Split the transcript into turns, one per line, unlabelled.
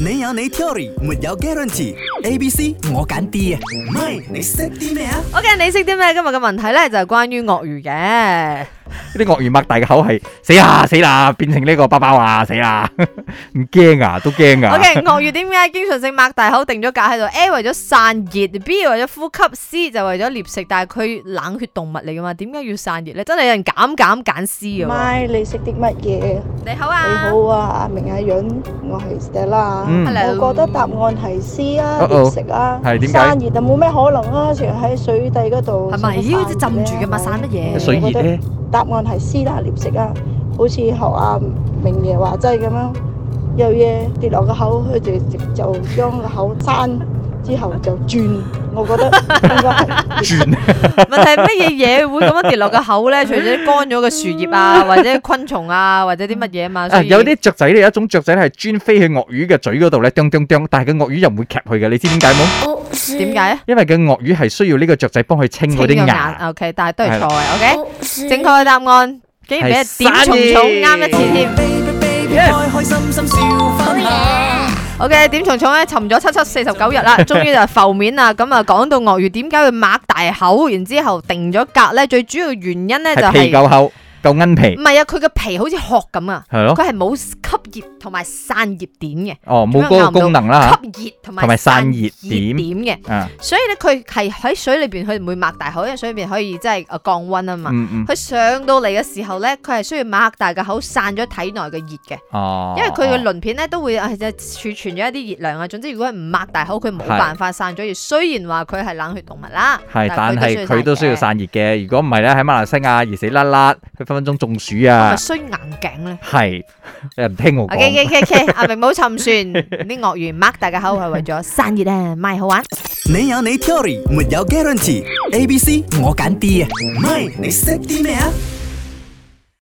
你有你 theory，沒有 guarantee。A、B、C 我揀 D 啊，唔係你識啲咩啊？
OK，你識啲咩？今日嘅問題咧就係關於鱷魚
啊
嘅。
啲鱷魚擘大個口係死啦死啦，變成呢個包包啊死啦， 唔驚啊都驚啊
OK，鱷魚點解經常性擘大口定咗格喺度？A 為咗散熱，B 為咗呼吸，C 就為咗獵食。但係佢冷血動物嚟噶嘛？點解要散熱咧？真係有人減減揀 C 啊！
咪你識啲乜嘢？
你好啊，
你好啊，阿明阿楊，我係 Stella。
嗯
Hello
我覺得答案係 C 啊，
Uh-oh
獵食啊，
係點解
散熱就冇咩可能啊，全喺水底嗰度。
係咪？
使乜
咦，好似
散熱
浸
呢
住嘅嘛，散乜嘢？
水熱咧，
答案係 C 啦，獵食啊，好似學阿明爺話齋咁樣，有嘢跌落個口，佢就直就將個口閂，之後就轉。我覺得應該係獵食
轉
問題係乜嘢嘢會咁樣跌落個口咧？除咗啲乾咗嘅樹葉 啊，或者昆蟲啊，或者啲乜嘢啊嘛？所
啊
以
有啲雀仔咧，有一種雀仔係專飛去鱷魚嘅嘴嗰度咧，啄啄啄，但係個鱷魚又唔會夾佢嘅，你知點解冇？
點解啊？
因為個鱷魚係需要呢個雀仔幫佢清嗰啲
清咗
牙。
OK，但係都係
係
錯
啦
嘅。OK，正確嘅答案竟然俾人
係
點
散
重
熱
重啱一次添。
Yes
開開心心笑分享。
OK，點蟲蟲咧沉咗七七四十九日啦， 終於就浮面啦。咁啊，講到鱷魚點解會擘大口，然之後定咗格咧？最主要原因咧就
係皮
係
夠厚，夠奀皮
唔，係啊？佢嘅皮好似殼咁啊，
係咯。
佢係冇吸熱同埋散熱點
哦，冇嗰個功能啦
嘅，吸熱同
同
埋
埋散
散
熱
熱點
點
嘅。
嚇。啊，
所以咧，佢係喺水裏邊，佢唔會擘大口，因為水裏邊可以即係呃降温啊嘛。
嗯嗯，
佢上到嚟嘅時候咧，佢係需要擘大個口散咗體內嘅熱嘅。
哦，
因為佢嘅
哦
鱗片咧都會係就儲存咗一啲熱量啊。總之，如果係唔擘大口，佢冇
係
辦法散咗熱。雖然話佢係冷血動物啦，
係，但係佢都需要
嘅。
散熱嘅。如果唔係咧，喺馬來西亞熱死甩甩，佢分分鐘中暑
係
啊
咪！需硬頸咧
係，你又唔聽我
o k
講。
o k o k 阿明冇沉船，啲鱷魚擘大個口係為咗散熱啊，咪好玩。
你有你 theory，沒有 guarantee。A、B、C 我揀 D 啊，唔係你識啲咩啊？